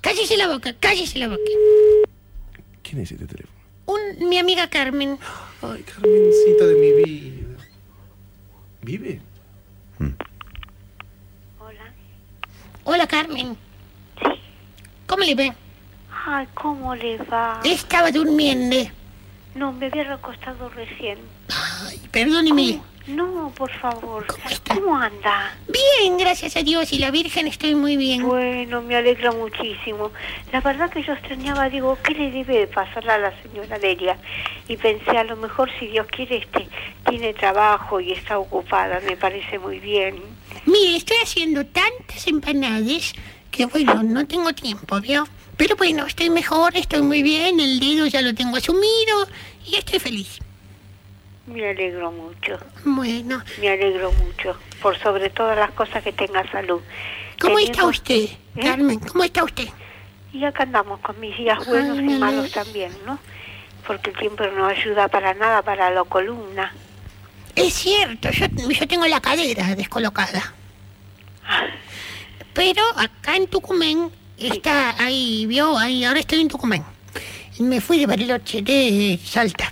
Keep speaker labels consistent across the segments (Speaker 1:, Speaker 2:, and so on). Speaker 1: cállese la boca, cállese la boca.
Speaker 2: ¿Quién es este teléfono?
Speaker 1: Un, mi amiga Carmen.
Speaker 2: Ay, Carmencita de mi vida. ¿Vive?
Speaker 3: Hola.
Speaker 1: Hola, Carmen.
Speaker 3: Sí.
Speaker 1: ¿Cómo le ve?
Speaker 3: Ay, ¿cómo le va?
Speaker 1: Estaba durmiendo.
Speaker 3: No, me había recostado recién.
Speaker 1: Ay, perdóneme.
Speaker 3: No, por favor.
Speaker 1: ¿Cómo está?
Speaker 3: ¿Cómo anda?
Speaker 1: Bien, gracias a Dios y la Virgen estoy muy bien.
Speaker 3: Bueno, me alegra muchísimo. La verdad que yo extrañaba, digo, ¿qué le debe pasar a la señora Delia? Y pensé, a lo mejor si Dios quiere, este, tiene trabajo y está ocupada, me parece muy bien.
Speaker 1: Mire, estoy haciendo tantas empanadas que bueno, no tengo tiempo, ¿vio? Pero bueno, estoy mejor, estoy muy bien, el dedo ya lo tengo asumido y estoy feliz.
Speaker 3: Me alegro mucho,
Speaker 1: Bueno,
Speaker 3: me alegro mucho. Por sobre todas las cosas que tenga salud.
Speaker 1: ¿cómo
Speaker 3: Teniendo-
Speaker 1: está usted, Carmen? ¿Cómo está usted?
Speaker 3: Y acá andamos con mis días buenos
Speaker 1: Ay,
Speaker 3: y
Speaker 1: me
Speaker 3: malos
Speaker 1: alegro.
Speaker 3: también, ¿no? Porque el tiempo no ayuda para nada para la columna.
Speaker 1: Es cierto, yo, yo tengo la cadera descolocada. Pero acá en Tucumán está ahí, vio, ahí, ahora estoy en Tucumán. Y Me fui de Bariloche, de Salta.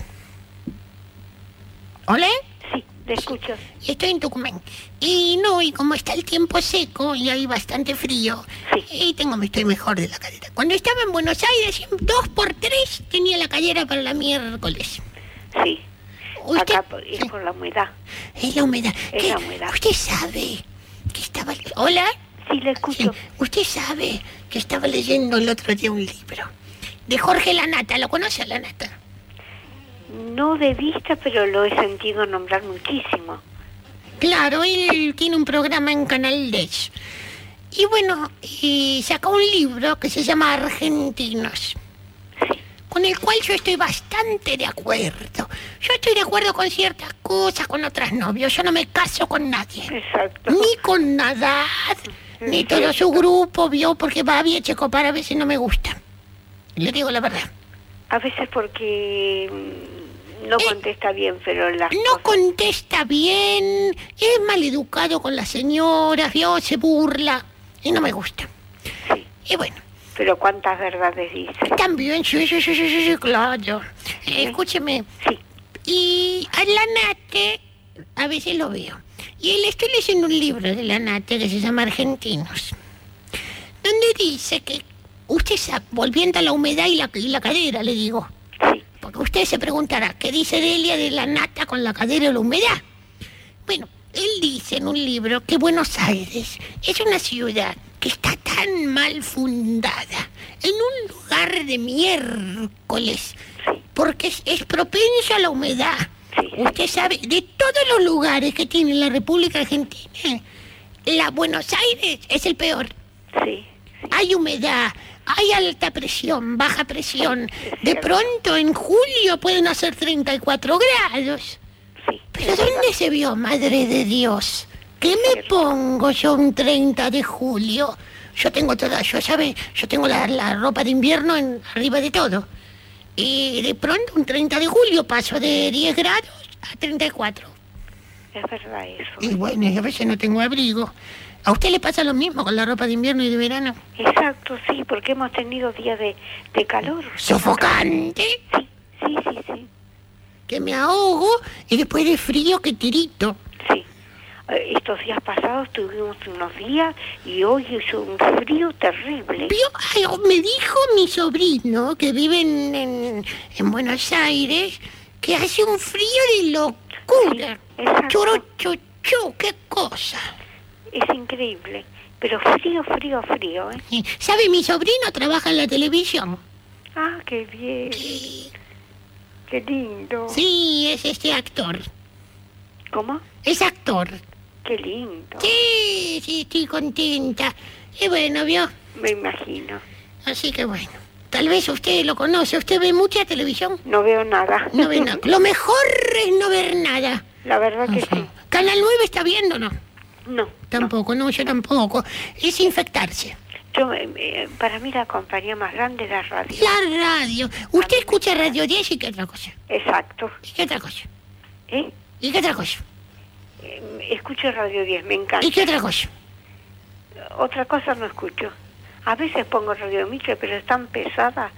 Speaker 1: ¿Ole?
Speaker 3: Sí, te escucho.
Speaker 1: Y estoy en Tucumán. Y no, y como está el tiempo seco y hay bastante frío,
Speaker 3: Sí.
Speaker 1: y tengo, estoy mejor de la cadera. Cuando estaba en Buenos Aires, dos por tres tenía la cadera para la miércoles.
Speaker 3: Sí.
Speaker 1: Usted-
Speaker 3: Acá por- es por la humedad.
Speaker 1: Es la humedad.
Speaker 3: Es
Speaker 1: ¿Qué?
Speaker 3: la humedad.
Speaker 1: Usted sabe que estaba... Hola.
Speaker 3: Sí, le
Speaker 1: Sí,
Speaker 3: escucho.
Speaker 1: usted sabe que estaba leyendo el otro día un libro de Jorge Lanata. ¿Lo conoce a Lanata?
Speaker 3: No de vista, pero lo he sentido nombrar muchísimo.
Speaker 1: Claro, él tiene un programa en Canal 10. Y bueno, y sacó un libro que se llama Argentinos,
Speaker 3: Sí.
Speaker 1: con el cual yo estoy bastante de acuerdo. Yo estoy de acuerdo con ciertas cosas, con otras novios. Yo no me caso con nadie.
Speaker 3: Exacto.
Speaker 1: ni con Nadad, ni todo su grupo, vio, porque Babi Checopar a veces no me gusta. Le digo la verdad.
Speaker 3: A veces porque mm, no
Speaker 1: Eh,
Speaker 3: contesta bien, pero las
Speaker 1: No
Speaker 3: cosas-
Speaker 1: contesta bien, es maleducado con las señoras, vio, se burla, y no me gusta.
Speaker 3: Sí.
Speaker 1: Y bueno,
Speaker 3: Pero cuántas verdades dice.
Speaker 1: también, sí, sí, sí, sí, sí, sí, claro. Eh, escúcheme,
Speaker 3: Sí.
Speaker 1: y a Lanate a veces lo veo. Y le estoy leyendo un libro de Lanate que se llama Argentinos, donde dice que usted, sa- volviendo a la humedad y la, y la cadera, le digo,
Speaker 3: Sí.
Speaker 1: porque usted se preguntará, ¿qué dice Delia de la nata con la cadera y la humedad? Bueno, él dice en un libro que Buenos Aires es una ciudad que está tan mal fundada, en un lugar de miércoles, porque es, es propenso a la humedad.
Speaker 3: Sí.
Speaker 1: Usted sabe, de todos los lugares que tiene la República Argentina, la Buenos Aires es el peor
Speaker 3: Sí.
Speaker 1: hay humedad, hay alta presión, baja presión. De pronto en julio pueden hacer 34 grados.
Speaker 3: Sí.
Speaker 1: Pero ¿dónde se vio, madre de Dios? ¿Qué me pongo yo un 30 de julio? Yo tengo toda, yo sabe, yo tengo la, la ropa de invierno en, arriba de todo. Y de pronto un 30 de julio paso de 10 grados a 34.
Speaker 3: Es verdad eso.
Speaker 1: Y bueno, y a veces no tengo abrigo. ¿A usted le pasa lo mismo con la ropa de invierno y de verano?
Speaker 3: Exacto, sí, porque hemos tenido días de, de calor.
Speaker 1: Sofocante.
Speaker 3: Sí, sí, sí, sí.
Speaker 1: que me ahogo y después de frío que tirito.
Speaker 3: sí. Eh, Estos días pasados tuvimos unos días y hoy hizo un frío terrible.
Speaker 1: Vio, ay, oh, me dijo mi sobrino que vive en, en- en Buenos Aires que hace un frío de locura.
Speaker 3: Sí, exacto.
Speaker 1: Chorochocho, qué cosa.
Speaker 3: Es increíble. Pero frío, frío, frío, ¿eh?
Speaker 1: Eh, ¿Sabe? Mi sobrino trabaja en la televisión.
Speaker 3: Ah, qué bien, qué lindo.
Speaker 1: Sí, es este actor.
Speaker 3: ¿Cómo?
Speaker 1: Es actor.
Speaker 3: Qué lindo,
Speaker 1: Sí, sí, estoy contenta. Y bueno, vio.
Speaker 3: me imagino.
Speaker 1: Así que bueno. Tal vez usted lo conoce. ¿Usted ve mucha televisión?
Speaker 3: No veo nada.
Speaker 1: No ve nada. Lo mejor es no ver nada.
Speaker 3: La verdad que sí.
Speaker 1: Canal 9 está viendo, ¿no?
Speaker 3: No.
Speaker 1: Tampoco, no, yo tampoco. Es infectarse.
Speaker 3: Yo, eh, eh, para mí la compañía más grande es la radio.
Speaker 1: La radio. Usted escucha Radio 10 y qué otra cosa.
Speaker 3: Exacto.
Speaker 1: ¿Y qué otra cosa?
Speaker 3: ¿Eh?
Speaker 1: ¿Y qué otra cosa?
Speaker 3: Eh, Escucho Radio 10, me encanta.
Speaker 1: ¿Y qué otra cosa?
Speaker 3: Otra cosa no escucho. A veces pongo Radio Mitre, pero es tan pesada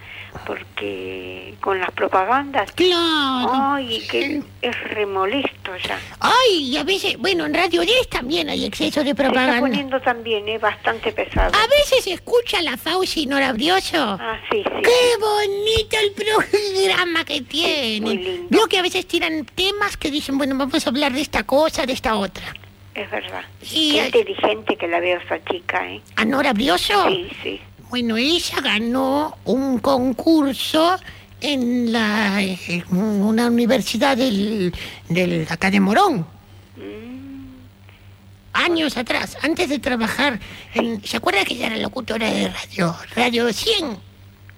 Speaker 3: porque con las propagandas.
Speaker 1: Claro.
Speaker 3: Ay, que es remolesto ya.
Speaker 1: Ay, y a veces, bueno, en Radio 10 también hay exceso de
Speaker 3: Se está
Speaker 1: propaganda. Ah,
Speaker 3: poniendo también, es bastante pesado.
Speaker 1: A veces se escucha la Fauci Norabrioso.
Speaker 3: Ah, sí, sí.
Speaker 1: ¡Qué bonito el programa que
Speaker 3: Muy
Speaker 1: tiene!
Speaker 3: lindo.
Speaker 1: Veo que a veces tiran temas que dicen, bueno, vamos a hablar de esta cosa, de esta otra.
Speaker 3: Es verdad.
Speaker 1: Sí,
Speaker 3: Qué
Speaker 1: hay-
Speaker 3: inteligente que la veo esa chica, ¿eh?
Speaker 1: ¿A Norabrioso?
Speaker 3: Sí, sí.
Speaker 1: Bueno, ella ganó un concurso en la eh, una universidad del, del acá de Morón.
Speaker 3: Mm,
Speaker 1: Años atrás, antes de trabajar en... ¿Se acuerda que ella era locutora de radio? Radio 100.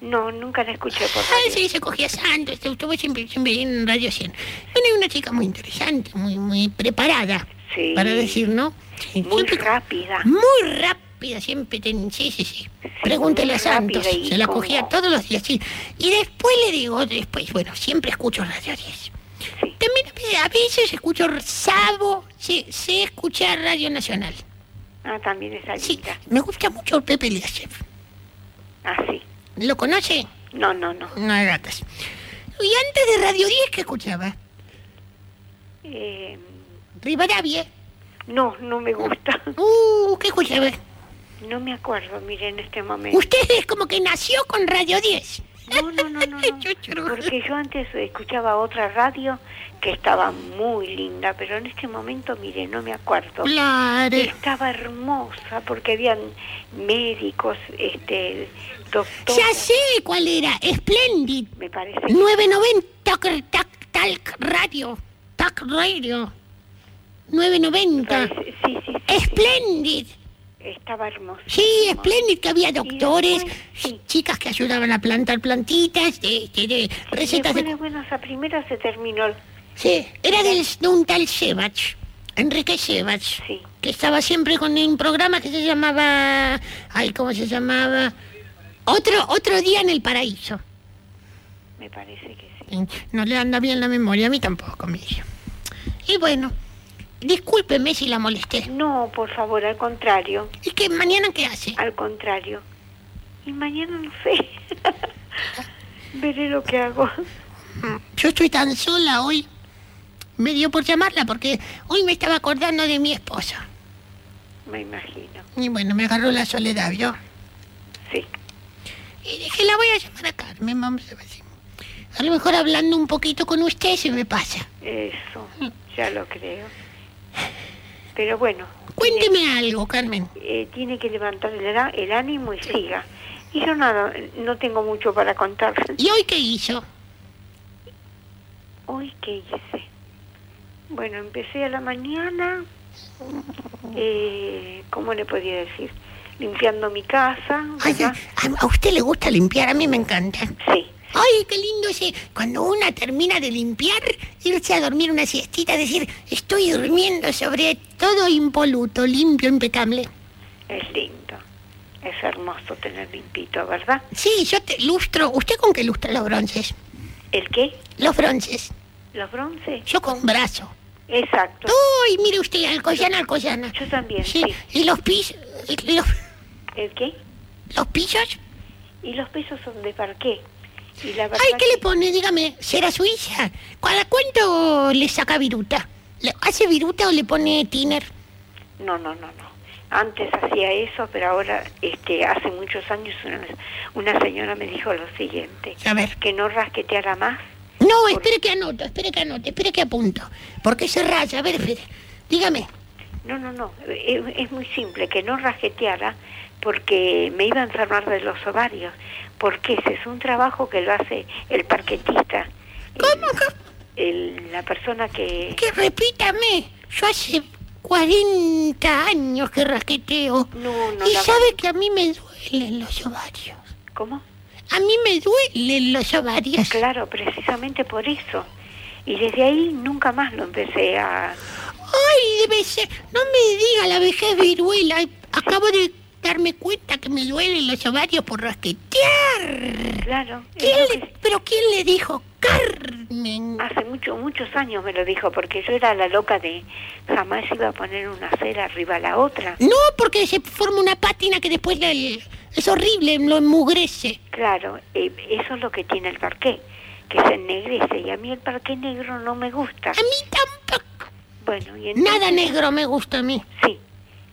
Speaker 3: No, nunca la escuché por
Speaker 1: Ah,
Speaker 3: radio.
Speaker 1: sí, se cogía santo, este, estuvo siempre, siempre en Radio 100. Bueno, es una chica muy interesante, muy, muy preparada,
Speaker 3: Sí.
Speaker 1: para decir, ¿no? Sí, Mm.
Speaker 3: Muy
Speaker 1: siempre-
Speaker 3: rápida.
Speaker 1: muy rápida, siempre ten... Sí, sí, sí. Pregúntele a
Speaker 3: muy
Speaker 1: Santos.
Speaker 3: rápida y
Speaker 1: Se la
Speaker 3: como-
Speaker 1: cogía todos los días, sí. Y después le digo, después, bueno, siempre escucho Radio 10.
Speaker 3: Sí.
Speaker 1: También eh, a veces- a veces escucho, sabo, sí, sé escuchar Radio Nacional.
Speaker 3: Ah, también está
Speaker 1: Sí,
Speaker 3: linda.
Speaker 1: me gusta mucho Pepe Liasev.
Speaker 3: Ah, sí.
Speaker 1: ¿Lo conoce?
Speaker 3: No, no, no.
Speaker 1: No hay gatas. Y antes de Radio 10, ¿qué escuchaba?
Speaker 3: Eh,
Speaker 1: Rivadavia.
Speaker 3: no, no me gusta.
Speaker 1: Uh, ¿qué escuchaba?
Speaker 3: No me acuerdo, mire, en este momento.
Speaker 1: Usted es como que nació con Radio 10.
Speaker 3: No, no, no, no.
Speaker 1: Chuchurú.
Speaker 3: no. Porque yo antes escuchaba otra radio que estaba muy linda, pero en este momento, mire, no me acuerdo.
Speaker 1: Claro.
Speaker 3: Estaba hermosa porque habían médicos, este,
Speaker 1: Ya
Speaker 3: doctores.
Speaker 1: sé cuál era. Splendid.
Speaker 3: Me parece. que-
Speaker 1: 990 cr- tac- Talk Radio. Talk Radio. 990.
Speaker 3: parece- Sí, sí, sí, sí.
Speaker 1: Splendid.
Speaker 3: Estaba hermosa.
Speaker 1: Sí, Splendid, que había doctores,
Speaker 3: después, sí.
Speaker 1: chicas que ayudaban a plantar plantitas, de, de- de recetas
Speaker 3: Después
Speaker 1: de
Speaker 3: de Buenos a Primera se terminó. el-
Speaker 1: Sí, era del, de un tal Sebach, Enrique Sebach,
Speaker 3: Sí.
Speaker 1: que estaba siempre con un programa que se llamaba, ay, ¿cómo se llamaba? Otro, otro día en el paraíso.
Speaker 3: Me parece que sí.
Speaker 1: No le anda bien la memoria, a mí tampoco, mire. Y bueno, discúlpeme si la molesté.
Speaker 3: No, por favor, al contrario.
Speaker 1: ¿Y qué mañana qué hace?
Speaker 3: Al contrario. Y mañana no sé. Veré lo que hago.
Speaker 1: Yo estoy tan sola hoy. Me dio por llamarla porque hoy me estaba acordando de mi esposa.
Speaker 3: Me imagino.
Speaker 1: Y bueno, me agarró la soledad, ¿vio?
Speaker 3: Sí.
Speaker 1: Y dije, la voy a llamar a Carmen, vamos a ver si- A lo mejor hablando un poquito con usted se me pasa.
Speaker 3: Eso. Ya lo creo. Pero bueno,
Speaker 1: Cuénteme algo, Carmen.
Speaker 3: eh, tiene que levantar el, ra- el ánimo y siga. Y yo nada, no tengo mucho para contar.
Speaker 1: ¿Y hoy qué hizo?
Speaker 3: Hoy, ¿qué hice? Bueno, empecé a la mañana, eh, ¿cómo le podía decir? Limpiando mi casa,
Speaker 1: Ay,
Speaker 3: ¿verdad?
Speaker 1: a, a usted le gusta limpiar, a mí me encanta.
Speaker 3: Sí,
Speaker 1: Ay, qué lindo ese. Cuando una termina de limpiar, irse a dormir una siestita, decir, estoy durmiendo sobre todo impoluto, limpio, impecable.
Speaker 3: es lindo. Es hermoso tener limpito, ¿verdad?
Speaker 1: Sí, yo te lustro. ¿Usted con qué lustra los bronces?
Speaker 3: ¿El qué?
Speaker 1: Los bronces.
Speaker 3: ¿Los bronces?
Speaker 1: Yo con brazo.
Speaker 3: Exacto.
Speaker 1: Uy, mire usted, alcoyana, alcoyana.
Speaker 3: Yo también,
Speaker 1: Sí,
Speaker 3: sí.
Speaker 1: y los pisos, los,
Speaker 3: ¿El qué?
Speaker 1: los pisos.
Speaker 3: Y los pesos son de parqué. Y la verdad
Speaker 1: Ay, ¿qué le
Speaker 3: que-
Speaker 1: pone? Dígame, ¿será suiza? ¿Cuál- ¿Cuánto le saca viruta? ¿Le ¿Hace viruta o le pone tiner?
Speaker 3: No, no, no, no. Antes hacía eso, pero ahora, este, hace muchos años, una, una señora me dijo lo siguiente,
Speaker 1: A ver.
Speaker 3: que no rasqueteara más.
Speaker 1: No, espere que anoto, espere que anote, espere que apunto. Porque se raya, a ver, espere. Dígame.
Speaker 3: No, no, no. Es, es muy simple, que no rasqueteara porque me iba a enfermar de los ovarios. Porque ese es un trabajo que lo hace el parquetista.
Speaker 1: ¿Cómo?
Speaker 3: El-
Speaker 1: ¿Cómo?
Speaker 3: el- la persona que...
Speaker 1: Que repítame. Yo hace 40 años que rasqueteo.
Speaker 3: No, no,
Speaker 1: y
Speaker 3: la-
Speaker 1: sabe que a mí me duelen los ovarios.
Speaker 3: ¿Cómo?
Speaker 1: A mí me duelen los ovarios.
Speaker 3: Claro, precisamente por eso. Y desde ahí nunca más lo empecé a...
Speaker 1: Ay, debe ser. No me diga la vejez viruela. Acabo de darme cuenta que me duelen los ovarios por rasquetear.
Speaker 3: Claro.
Speaker 1: ¿Quién
Speaker 3: es lo
Speaker 1: le-
Speaker 3: que-
Speaker 1: ¿Pero quién le dijo? Carmen.
Speaker 3: Hace muchos, muchos años me lo dijo, porque yo era la loca de jamás iba a poner una cera arriba a la otra.
Speaker 1: No, porque se forma una pátina que después la- es horrible, lo enmugrece.
Speaker 3: Claro, eh, eso es lo que tiene el parqué, que se ennegrece, y a mí el parqué negro no me gusta.
Speaker 1: A mí tampoco.
Speaker 3: Bueno, y entonces-
Speaker 1: Nada negro me gusta a mí.
Speaker 3: Sí,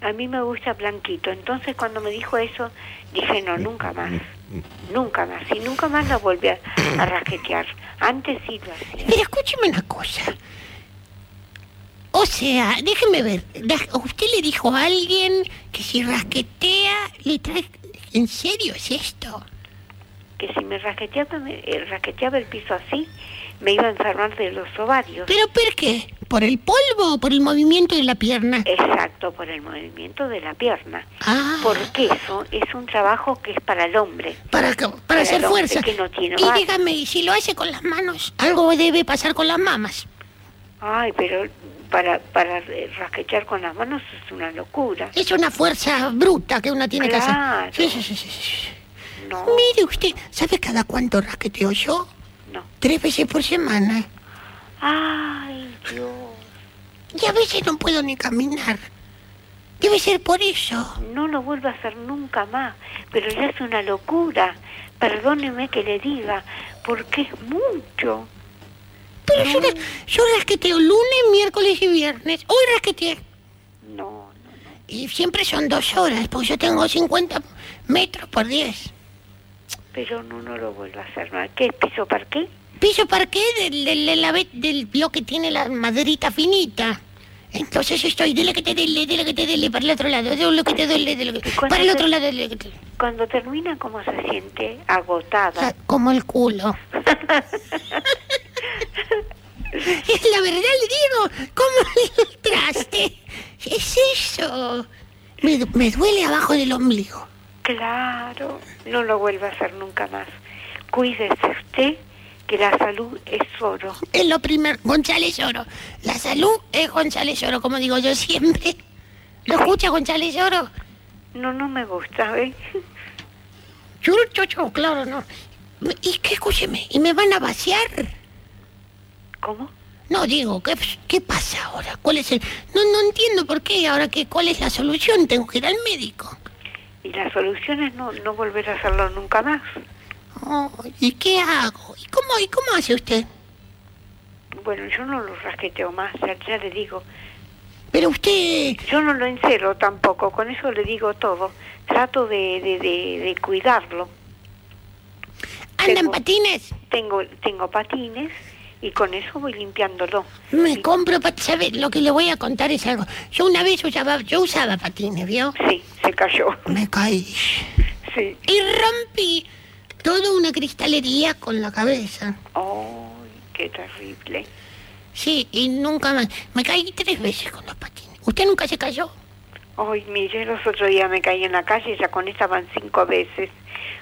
Speaker 3: a mí me gusta blanquito. Entonces cuando me dijo eso, dije, no, nunca más, nunca más. Y nunca más la volví a, a rasquetear. Antes sí lo hacía.
Speaker 1: Pero escúcheme una cosa. O sea, déjeme ver. la- ¿a ¿Usted le dijo a alguien que si rasquetea le trae... ¿En serio es esto?
Speaker 3: Que si me rasqueteaba, me- eh, rasqueteaba el piso así, me iba a enfermar de los ovarios.
Speaker 1: ¿Pero por qué? ¿Por el polvo o por el movimiento de la pierna?
Speaker 3: Eh, Exacto, por el movimiento de la pierna.
Speaker 1: Ah,
Speaker 3: Porque eso es un trabajo que es para el hombre.
Speaker 1: para, que- para hacer
Speaker 3: Claro, es
Speaker 1: fuerza.
Speaker 3: que no tiene
Speaker 1: y
Speaker 3: mano.
Speaker 1: dígame, ¿y si lo hace con las manos, algo debe pasar con las mamas.
Speaker 3: Ay, pero para, para eh, rasquetear con las manos es una locura.
Speaker 1: Es una fuerza bruta que una tiene
Speaker 3: Claro.
Speaker 1: que hacer. Sí, sí, sí, sí, sí.
Speaker 3: No,
Speaker 1: Mire usted, ¿sabe cada cuánto rasqueteo yo?
Speaker 3: no.
Speaker 1: Tres veces por semana.
Speaker 3: Ay, Dios.
Speaker 1: Y a veces no puedo ni caminar. Debe ser por eso.
Speaker 3: No lo vuelvo a hacer nunca más, pero ya es una locura. Perdóneme que le diga, porque es mucho.
Speaker 1: Pero yo, ra- yo rasqueteo lunes, miércoles y viernes. Hoy rasqueteé.
Speaker 3: No, no.
Speaker 1: Y siempre son dos horas, porque yo tengo 50 metros por 10.
Speaker 3: Pero no, no lo vuelvo a hacer más. ¿Qué es piso parqué?
Speaker 1: Piso parqué del, del, del, ave- del bloque tiene la maderita finita. Entonces estoy, dile que te dele, dile que te dele, para el otro lado, dile que te duele, dele que-
Speaker 3: ¿Y cuánto
Speaker 1: para el
Speaker 3: te-
Speaker 1: otro lado, dele que te-
Speaker 3: Cuando termina, ¿cómo se siente?
Speaker 1: O sea,
Speaker 3: Agotada.
Speaker 1: como el culo. es la verdad, le digo, como el traste. Es eso. Me, du- me duele abajo del ombligo.
Speaker 3: Claro, no lo vuelvo a hacer nunca más. Cuídese usted, que la salud es oro.
Speaker 1: Es lo primer, González Oro. La salud es González Oro, como digo yo siempre. ¿Lo escucha González Oro?
Speaker 3: No, no me gusta, ¿eh?
Speaker 1: Yo, yo, yo, claro, no. Y que escúcheme, ¿y me van a vaciar?
Speaker 3: ¿Cómo?
Speaker 1: No, digo, ¿qué, qué pasa ahora? ¿Cuál es el...? No, no entiendo por qué, ahora que, ¿cuál es la solución? Tengo que ir al médico.
Speaker 3: Y la solución es no, no volver a hacerlo nunca más.
Speaker 1: Oh, ¿Y qué hago? ¿Y cómo, ¿Y cómo hace usted?
Speaker 3: Bueno, yo no lo rasqueteo más, ya, ya le digo.
Speaker 1: Pero usted...
Speaker 3: Yo no lo encero tampoco, con eso le digo todo. Trato de, de, de- de cuidarlo.
Speaker 1: ¿Anda en
Speaker 3: Tengo-
Speaker 1: patines?
Speaker 3: Tengo, tengo patines y con eso voy limpiándolo.
Speaker 1: Me compro patines. ¿Sabe? Lo que le voy a contar es algo. Yo una vez usaba, yo usaba patines, ¿vio?
Speaker 3: Sí, se cayó.
Speaker 1: Me caí.
Speaker 3: Sí.
Speaker 1: Y rompí toda una cristalería con la cabeza.
Speaker 3: Ay, qué terrible.
Speaker 1: Sí, y nunca más. Me caí tres veces con los patines. ¿Usted nunca se cayó?
Speaker 3: Ay, mire, los otros días me caí en la calle y ya con esta van cinco veces.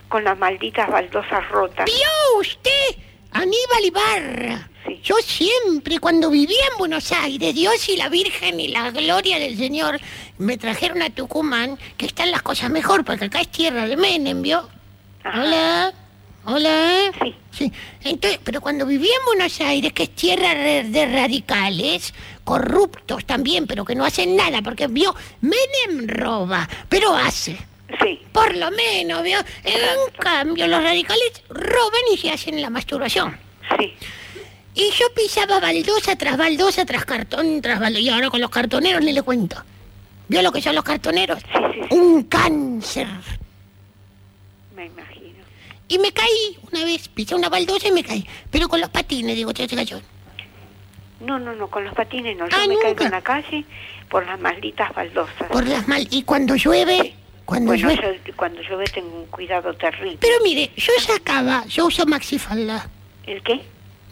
Speaker 3: Con las malditas baldosas rotas.
Speaker 1: ¿Vio usted? Aníbal Ibarra.
Speaker 3: Sí.
Speaker 1: Yo siempre, cuando vivía en Buenos Aires, Dios y la Virgen y la gloria del Señor me trajeron a Tucumán, que están las cosas mejor, porque acá es tierra de Menem, ¿vio?
Speaker 3: Ajá.
Speaker 1: Hola, hola.
Speaker 3: Sí.
Speaker 1: Entonces, pero cuando vivía en Buenos Aires, que es tierra de, de radicales, corruptos también, pero que no hacen nada, porque vio, Menem roba, pero hace.
Speaker 3: Sí,
Speaker 1: Por lo menos, ¿vio? En cambio, los radicales roban y se hacen la masturbación.
Speaker 3: sí.
Speaker 1: Y yo pisaba baldosa tras baldosa, tras cartón, tras baldosa. Y ahora con los cartoneros ni le cuento. ¿Vio lo que son los cartoneros?
Speaker 3: Sí, sí, sí.
Speaker 1: Un cáncer.
Speaker 3: Me imagino.
Speaker 1: Y me caí una vez, pisé una baldosa y me caí. Pero con los patines, digo, che, se cayó.
Speaker 3: No, no, no, con los patines no. Yo
Speaker 1: Ah,
Speaker 3: me
Speaker 1: nunca.
Speaker 3: caigo en la calle por las malditas baldosas.
Speaker 1: Por las mal. Y cuando llueve, cuando
Speaker 3: Bueno,
Speaker 1: llueve.
Speaker 3: Pues yo, cuando llueve tengo un cuidado terrible.
Speaker 1: Pero mire, yo sacaba, yo uso maxifalda.
Speaker 3: ¿El qué?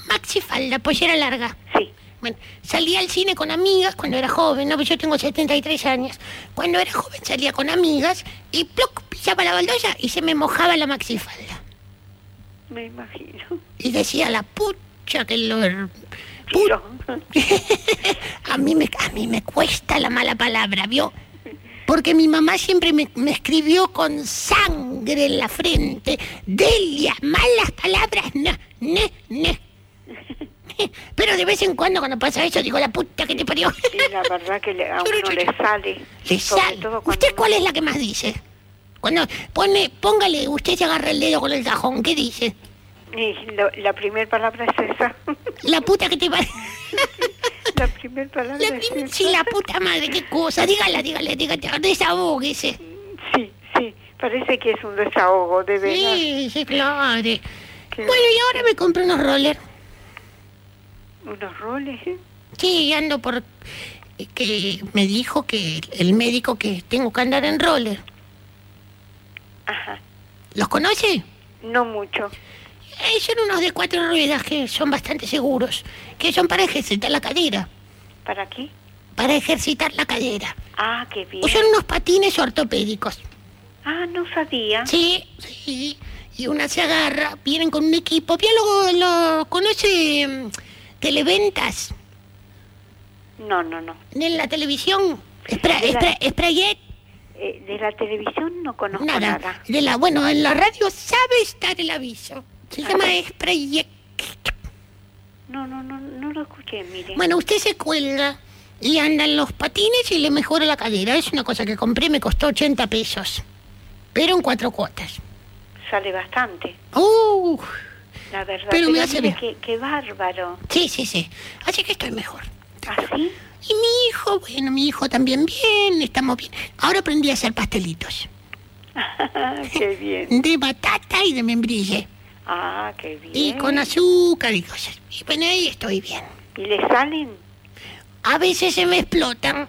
Speaker 1: Maxifalda, pollera larga.
Speaker 3: Sí.
Speaker 1: Bueno, salía al cine con amigas cuando era joven, ¿no? yo tengo 73 años. Cuando era joven salía con amigas y ploc, pisaba la baldosa y se me mojaba la maxifalda.
Speaker 3: Me imagino.
Speaker 1: Y decía, la pucha que lo...
Speaker 3: Y
Speaker 1: pu-
Speaker 3: yo-
Speaker 1: a, mí me, a mí me cuesta la mala palabra, ¿vio? porque mi mamá siempre me, me escribió con sangre en la frente. Delia, malas palabras, no, ne, ne. Pero de vez en cuando cuando pasa eso digo, la puta que te parió.
Speaker 3: Y la verdad que le- a uno le sale.
Speaker 1: Le
Speaker 3: sobre
Speaker 1: sale.
Speaker 3: todo cuando
Speaker 1: ¿Usted
Speaker 3: uno-
Speaker 1: cuál es la que más dice? Cuando pone, póngale, usted se agarra el dedo con el cajón, ¿qué dice?
Speaker 3: Y lo- la primera palabra es esa.
Speaker 1: La puta que te parió.
Speaker 3: la primera palabra
Speaker 1: La
Speaker 3: es
Speaker 1: prim-
Speaker 3: esa.
Speaker 1: sí, la puta madre, qué cosa. Dígala, dígala, dígala. Desahóguese.
Speaker 3: Sí, sí. Parece que es un desahogo, de veras.
Speaker 1: Sí, sí, claro.
Speaker 3: que
Speaker 1: Bueno, y ahora me compré unos rollers.
Speaker 3: Unos roles.
Speaker 1: Sí, ando por... eh, que me dijo que el médico que tengo que andar en roller.
Speaker 3: Ajá.
Speaker 1: ¿Los conoce?
Speaker 3: No mucho.
Speaker 1: Eh, son unos de cuatro ruedas que son bastante seguros, que son para ejercitar la cadera.
Speaker 3: ¿Para aquí?
Speaker 1: Para ejercitar la cadera.
Speaker 3: Ah, qué bien.
Speaker 1: O son unos patines ortopédicos.
Speaker 3: Ah, no sabía.
Speaker 1: Sí, sí. Y una se agarra, vienen con un equipo. Bien, lo, lo conoce mm, Televentas
Speaker 3: No, no, no.
Speaker 1: en la televisión. Spra-
Speaker 3: De la-
Speaker 1: spra- Sprayet,
Speaker 3: Eh, de la televisión no conozco nada.
Speaker 1: nada. De la, bueno, en la radio sabe estar el aviso. Se llama Sprayet.
Speaker 3: No, no, no, no lo escuché, mire.
Speaker 1: Bueno, usted se cuelga y anda en los patines y le mejora la cadera. Es una cosa que compré, me costó 80 pesos. Pero en cuatro cuotas.
Speaker 3: Sale bastante,
Speaker 1: ¡Uh!
Speaker 3: la verdad.
Speaker 1: Pero me hace
Speaker 3: mire
Speaker 1: bien.
Speaker 3: Qué, qué bárbaro.
Speaker 1: Sí, sí, sí. Así que estoy mejor.
Speaker 3: ¿Así?
Speaker 1: Y mi hijo, bueno, mi hijo también bien, estamos bien. Ahora aprendí a hacer pastelitos.
Speaker 3: qué bien.
Speaker 1: De batata y de membrille.
Speaker 3: Ah, qué bien.
Speaker 1: Y con azúcar y cosas. Y bueno, ahí estoy bien.
Speaker 3: ¿Y le salen?
Speaker 1: A veces se me explotan.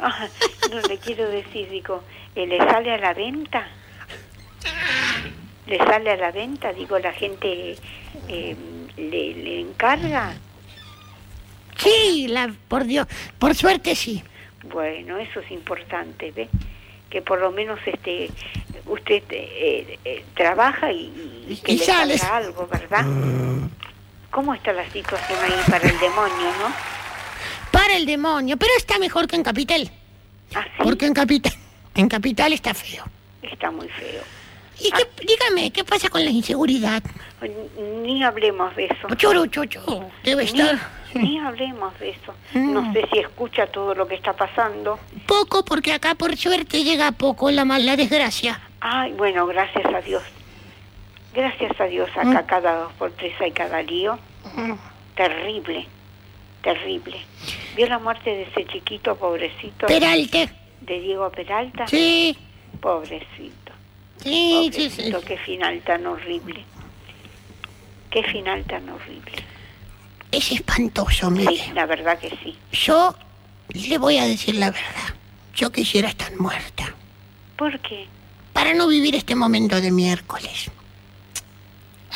Speaker 3: Ah, no le quiero decir, digo, eh, ¿le sale a la venta? ¿Le sale a la venta? Digo, la gente eh, le, le encarga.
Speaker 1: Sí, la, por Dios. Por suerte sí.
Speaker 3: Bueno, eso es importante, ¿ve? Que por lo menos este usted eh, eh, trabaja y, y que
Speaker 1: Y Mm.
Speaker 3: le
Speaker 1: sale.
Speaker 3: salga algo, ¿verdad? ¿Cómo está la situación ahí para el demonio, no?
Speaker 1: Para el demonio. Pero está mejor que en Capital.
Speaker 3: Así
Speaker 1: Porque en capital, en capital está feo.
Speaker 3: está muy feo.
Speaker 1: ¿Y qué, dígame, qué pasa con la inseguridad?
Speaker 3: Ni hablemos de eso.
Speaker 1: Choro, chocho, debe
Speaker 3: Ni,
Speaker 1: estar
Speaker 3: ni hablemos de eso. No
Speaker 1: Mm.
Speaker 3: sé si escucha todo lo que está pasando.
Speaker 1: poco porque acá por suerte llega poco la mala desgracia.
Speaker 3: Ay, bueno, gracias a Dios. Gracias a Dios, acá
Speaker 1: Mm.
Speaker 3: cada dos por tres hay cada lío. Terrible, terrible. ¿Vio la muerte de ese chiquito pobrecito
Speaker 1: Peralte,
Speaker 3: de Diego Peralta?
Speaker 1: sí,
Speaker 3: Pobrecito,
Speaker 1: sí, sí, sí.
Speaker 3: pobrecito, qué final tan horrible. Qué final tan horrible.
Speaker 1: Es espantoso,
Speaker 3: Sí,
Speaker 1: mire.
Speaker 3: la verdad que sí.
Speaker 1: Yo le voy a decir la verdad. Yo quisiera estar muerta
Speaker 3: ¿Por qué?
Speaker 1: para no vivir este momento de miércoles.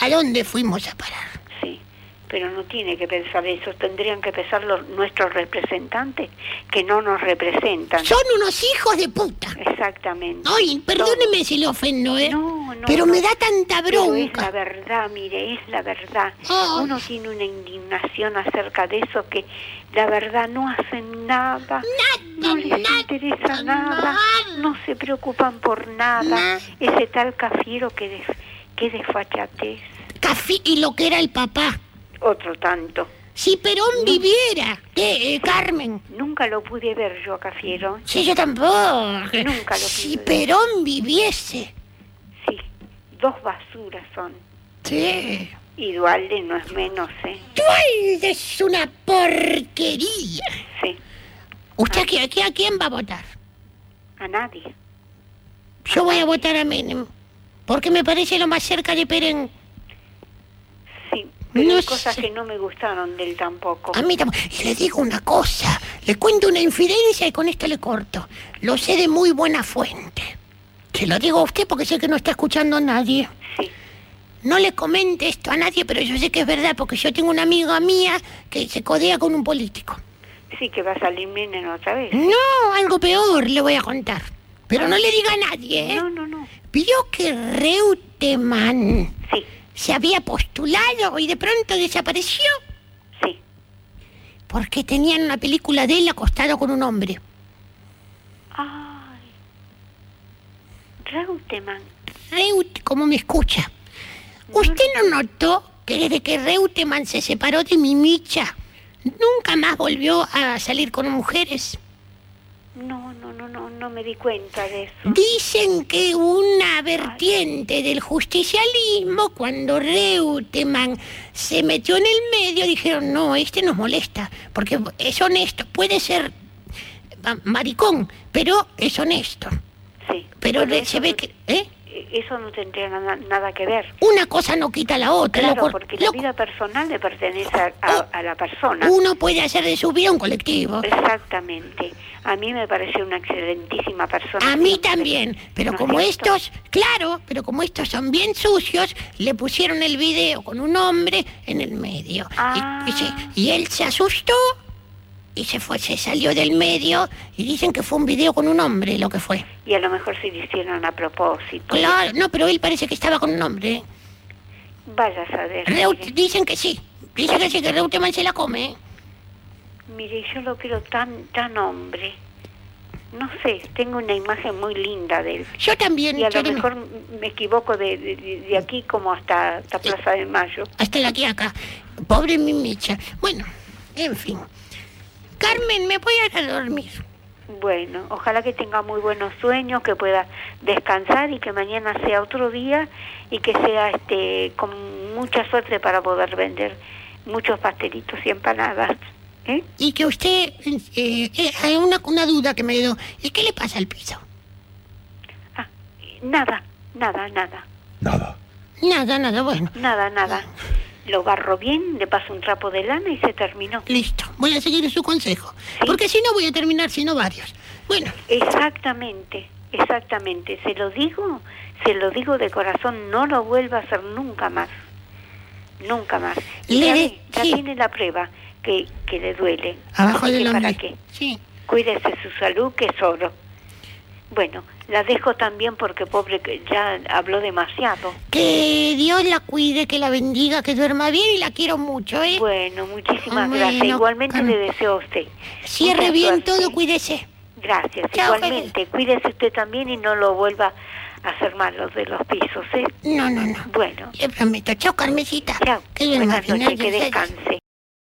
Speaker 1: ¿A dónde fuimos a parar?
Speaker 3: Sí, pero no tiene que pensar eso. Tendrían que pensar los, nuestros representantes que no nos representan.
Speaker 1: Son unos hijos de puta.
Speaker 3: Exactamente.
Speaker 1: Ay, perdóneme si le ofendo, ¿eh?
Speaker 3: No, no,
Speaker 1: Pero Ah.
Speaker 3: no.
Speaker 1: me da tanta
Speaker 3: Pero es la
Speaker 1: bronca.
Speaker 3: verdad, mire, es la verdad.
Speaker 1: Ay.
Speaker 3: Uno tiene una indignación acerca de eso que la verdad no hacen nada. No les
Speaker 1: nada,
Speaker 3: interesa nada, no se preocupan por nada.
Speaker 1: Nada.
Speaker 3: Ese tal Cafiero que, des, que desfachatez,
Speaker 1: Café y lo que era el papá.
Speaker 3: otro tanto.
Speaker 1: Si Perón viviera, eh, eh, Carmen.
Speaker 3: Nunca lo pude ver yo a Cafiero,
Speaker 1: Si yo tampoco.
Speaker 3: Nunca lo
Speaker 1: si
Speaker 3: pienso.
Speaker 1: Perón viviese.
Speaker 3: sí, dos basuras son.
Speaker 1: Sí.
Speaker 3: Y Dualde no es menos, ¿eh?
Speaker 1: Dualde es una porquería.
Speaker 3: Sí, Ah.
Speaker 1: ¿Usted aquí, aquí a quién va a votar?
Speaker 3: a nadie.
Speaker 1: Yo voy a votar a Menem. Porque me parece lo más cerca de Perón.
Speaker 3: Sí, pero
Speaker 1: No
Speaker 3: hay cosas
Speaker 1: sé.
Speaker 3: que no me gustaron de él tampoco.
Speaker 1: A mí tampoco. Y le digo una cosa. Le cuento una infidencia y con esto le corto. Lo sé de muy buena fuente. Se lo digo a usted porque sé que no está escuchando a nadie.
Speaker 3: Sí,
Speaker 1: No le comente esto a nadie, pero yo sé que es verdad porque yo tengo una amiga mía que se codea con un político.
Speaker 3: sí que va a salir Menem otra vez.
Speaker 1: No, algo peor le voy a contar. Pero no le diga a nadie, ¿eh?
Speaker 3: No, no, no.
Speaker 1: Vio que Reutemann
Speaker 3: Sí,
Speaker 1: se había postulado y de pronto desapareció
Speaker 3: sí.
Speaker 1: porque tenían una película de él acostado con un hombre.
Speaker 3: Ay, Reutemann.
Speaker 1: Reut, ¿cómo me escucha? ¿Usted no notó que desde que Reutemann se separó de Mimicha, nunca más volvió a salir con mujeres?
Speaker 3: No, no, no, no, no me di cuenta de eso.
Speaker 1: Dicen que una vertiente del justicialismo, cuando Reutemann se metió en el medio, dijeron, no, este nos molesta, porque es honesto, puede ser ma- maricón, pero es honesto.
Speaker 3: Sí.
Speaker 1: Pero
Speaker 3: Bueno,
Speaker 1: le-
Speaker 3: eso
Speaker 1: se ve
Speaker 3: no-
Speaker 1: que... ¿eh?
Speaker 3: eh, Eso no tendría na- nada que ver.
Speaker 1: Una cosa no quita la otra. lo
Speaker 3: Claro,
Speaker 1: cor-
Speaker 3: porque
Speaker 1: lo- Oh,
Speaker 3: la vida personal le pertenece a, a- a la persona.
Speaker 1: Uno puede hacer de su vida un colectivo.
Speaker 3: Exactamente. A mí me pareció una excelentísima persona.
Speaker 1: A mí
Speaker 3: siempre.
Speaker 1: también, pero
Speaker 3: ¿No es
Speaker 1: como
Speaker 3: cierto?
Speaker 1: estos, claro, pero como estos son bien sucios, le pusieron el video con un hombre en el medio. Y-
Speaker 3: Ah.
Speaker 1: Y, se- y él se asustó y se fue, se salió del medio y dicen que fue un video con un hombre lo que fue.
Speaker 3: Y a lo mejor se lo hicieron a propósito.
Speaker 1: Claro, no, pero él parece que estaba con un hombre. ¿eh?
Speaker 3: Vaya a saber.
Speaker 1: Reut-
Speaker 3: mire.
Speaker 1: dicen que sí, dicen que sí, que Reutemann se la come. ¿eh?
Speaker 3: Mire, yo lo quiero tan, tan hombre. No sé, tengo una imagen muy linda de él.
Speaker 1: Yo también,
Speaker 3: Y a
Speaker 1: yo
Speaker 3: lo
Speaker 1: también-
Speaker 3: mejor me equivoco de, de- de- de aquí como hasta, hasta Plaza de Mayo.
Speaker 1: hasta la acá. Pobre Mimicha. Bueno, en fin. Carmen, me voy a ir a dormir.
Speaker 3: Bueno, ojalá que tenga muy buenos sueños, que pueda descansar y que mañana sea otro día y que sea este con mucha suerte para poder vender muchos pastelitos y empanadas. ¿eh?
Speaker 1: Y que usted, eh, eh, hay una, una duda que me quedó, ¿y qué le pasa al piso?
Speaker 3: Ah, y nada, nada, nada,
Speaker 2: Nada.
Speaker 1: Nada, nada, bueno,
Speaker 3: nada, nada. Lo barro bien, le paso un trapo de lana y se terminó.
Speaker 1: listo, voy a seguir su consejo, porque si no voy a terminar siendo varios. Bueno,
Speaker 3: Exactamente, exactamente. Se lo digo, se lo digo de corazón, no lo vuelva a hacer nunca más. Nunca más.
Speaker 1: Le
Speaker 3: ya
Speaker 1: de-
Speaker 3: ya
Speaker 1: sí.
Speaker 3: tiene la prueba que, que le duele.
Speaker 1: abajo
Speaker 3: Así
Speaker 1: del
Speaker 3: que ¿Para
Speaker 1: hombre.
Speaker 3: qué?
Speaker 1: Sí,
Speaker 3: Cuídese su salud, que es oro. Bueno, la dejo también porque pobre que ya habló demasiado.
Speaker 1: que Dios la cuide, que la bendiga, que duerma bien y la quiero mucho, ¿eh?
Speaker 3: Bueno, muchísimas
Speaker 1: Ah, Bueno,
Speaker 3: gracias. Igualmente
Speaker 1: Carmen.
Speaker 3: le deseo a usted.
Speaker 1: Cierre
Speaker 3: mucha
Speaker 1: bien
Speaker 3: suerte.
Speaker 1: todo, cuídese.
Speaker 3: Gracias,
Speaker 1: Chao,
Speaker 3: igualmente. Cuídese usted también y no lo vuelva a hacer mal los de los pisos, ¿eh?
Speaker 1: No, no, no,
Speaker 3: Bueno,
Speaker 1: le prometo. Chao, Carmencita.
Speaker 3: chao.
Speaker 1: duerma
Speaker 3: Buenas
Speaker 1: bien,
Speaker 3: noches, que
Speaker 1: adiós, adiós.
Speaker 3: descanse.